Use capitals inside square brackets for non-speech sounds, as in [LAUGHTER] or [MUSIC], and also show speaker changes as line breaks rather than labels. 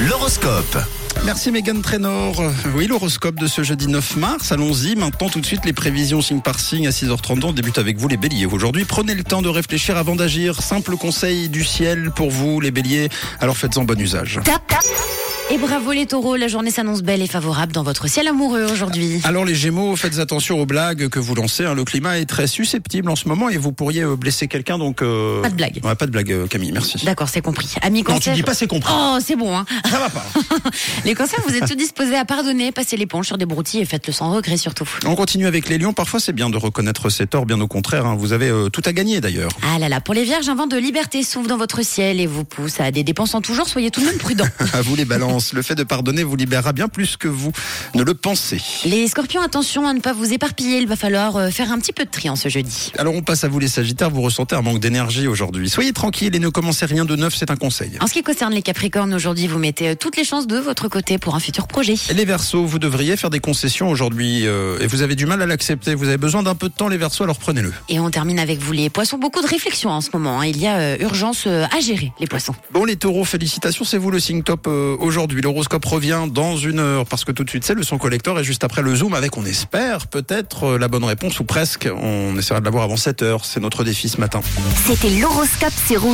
L'horoscope.
Merci Megan Trainor. Oui, l'horoscope de ce jeudi 9 mars. Allons-y. Maintenant, tout de suite, les prévisions signe par signe à 6h30. On débute avec vous, les béliers. Aujourd'hui, prenez le temps de réfléchir avant d'agir. Simple conseil du ciel pour vous, les béliers. Alors faites-en bon usage.
Tap, tap. Et bravo les taureaux, la journée s'annonce belle et favorable dans votre ciel amoureux aujourd'hui.
Alors, les gémeaux, faites attention aux blagues que vous lancez. hein. Le climat est très susceptible en ce moment et vous pourriez euh, blesser quelqu'un, donc... euh,
Pas de blague.
Ouais, pas de blague, euh, Camille, merci.
D'accord, c'est compris.
Non,
Amis
tu
cancers.
dis pas c'est compris.
Oh, c'est bon, hein.
Ça va pas.
Les cancers, vous êtes tous disposés à pardonner, passez l'éponge sur des broutilles et faites-le sans regret surtout.
On continue avec les lions. Parfois, c'est bien de reconnaître ses torts, bien au contraire. hein. Vous avez euh, tout à gagner, d'ailleurs.
Ah là là, pour les vierges, un vent de liberté s'ouvre dans votre ciel et vous pousse à des dépenses en tout genre, soyez tout de
[LAUGHS]
même prudents.
À vous les balances. Le fait de pardonner vous libérera bien plus que vous ne le pensez.
les scorpions, attention à ne pas vous éparpiller, il va falloir euh, faire un petit peu de tri en ce jeudi.
Alors on passe à vous les sagittaires, vous ressentez un manque d'énergie aujourd'hui. Soyez tranquille et ne commencez rien de neuf, c'est un conseil.
En ce qui concerne les capricornes, aujourd'hui, vous mettez euh, toutes les chances de votre côté pour un futur projet.
Les versos, vous devriez faire des concessions aujourd'hui euh, et vous avez du mal à l'accepter. Vous avez besoin d'un peu de temps les versos, alors prenez-le.
Et on termine avec vous les poissons. Beaucoup de réflexions en ce moment. hein. Il y a euh, urgence euh, à gérer les poissons.
Bon les taureaux, félicitations, c'est vous le signe top euh, aujourd'hui. L'horoscope revient dans une heure parce que tout de suite c'est le son collector et juste après le zoom avec on espère peut-être euh, la bonne réponse ou presque. On essaiera de l'avoir avant 7 heures, c'est notre défi ce matin.
C'était l'horoscope sur Rouge.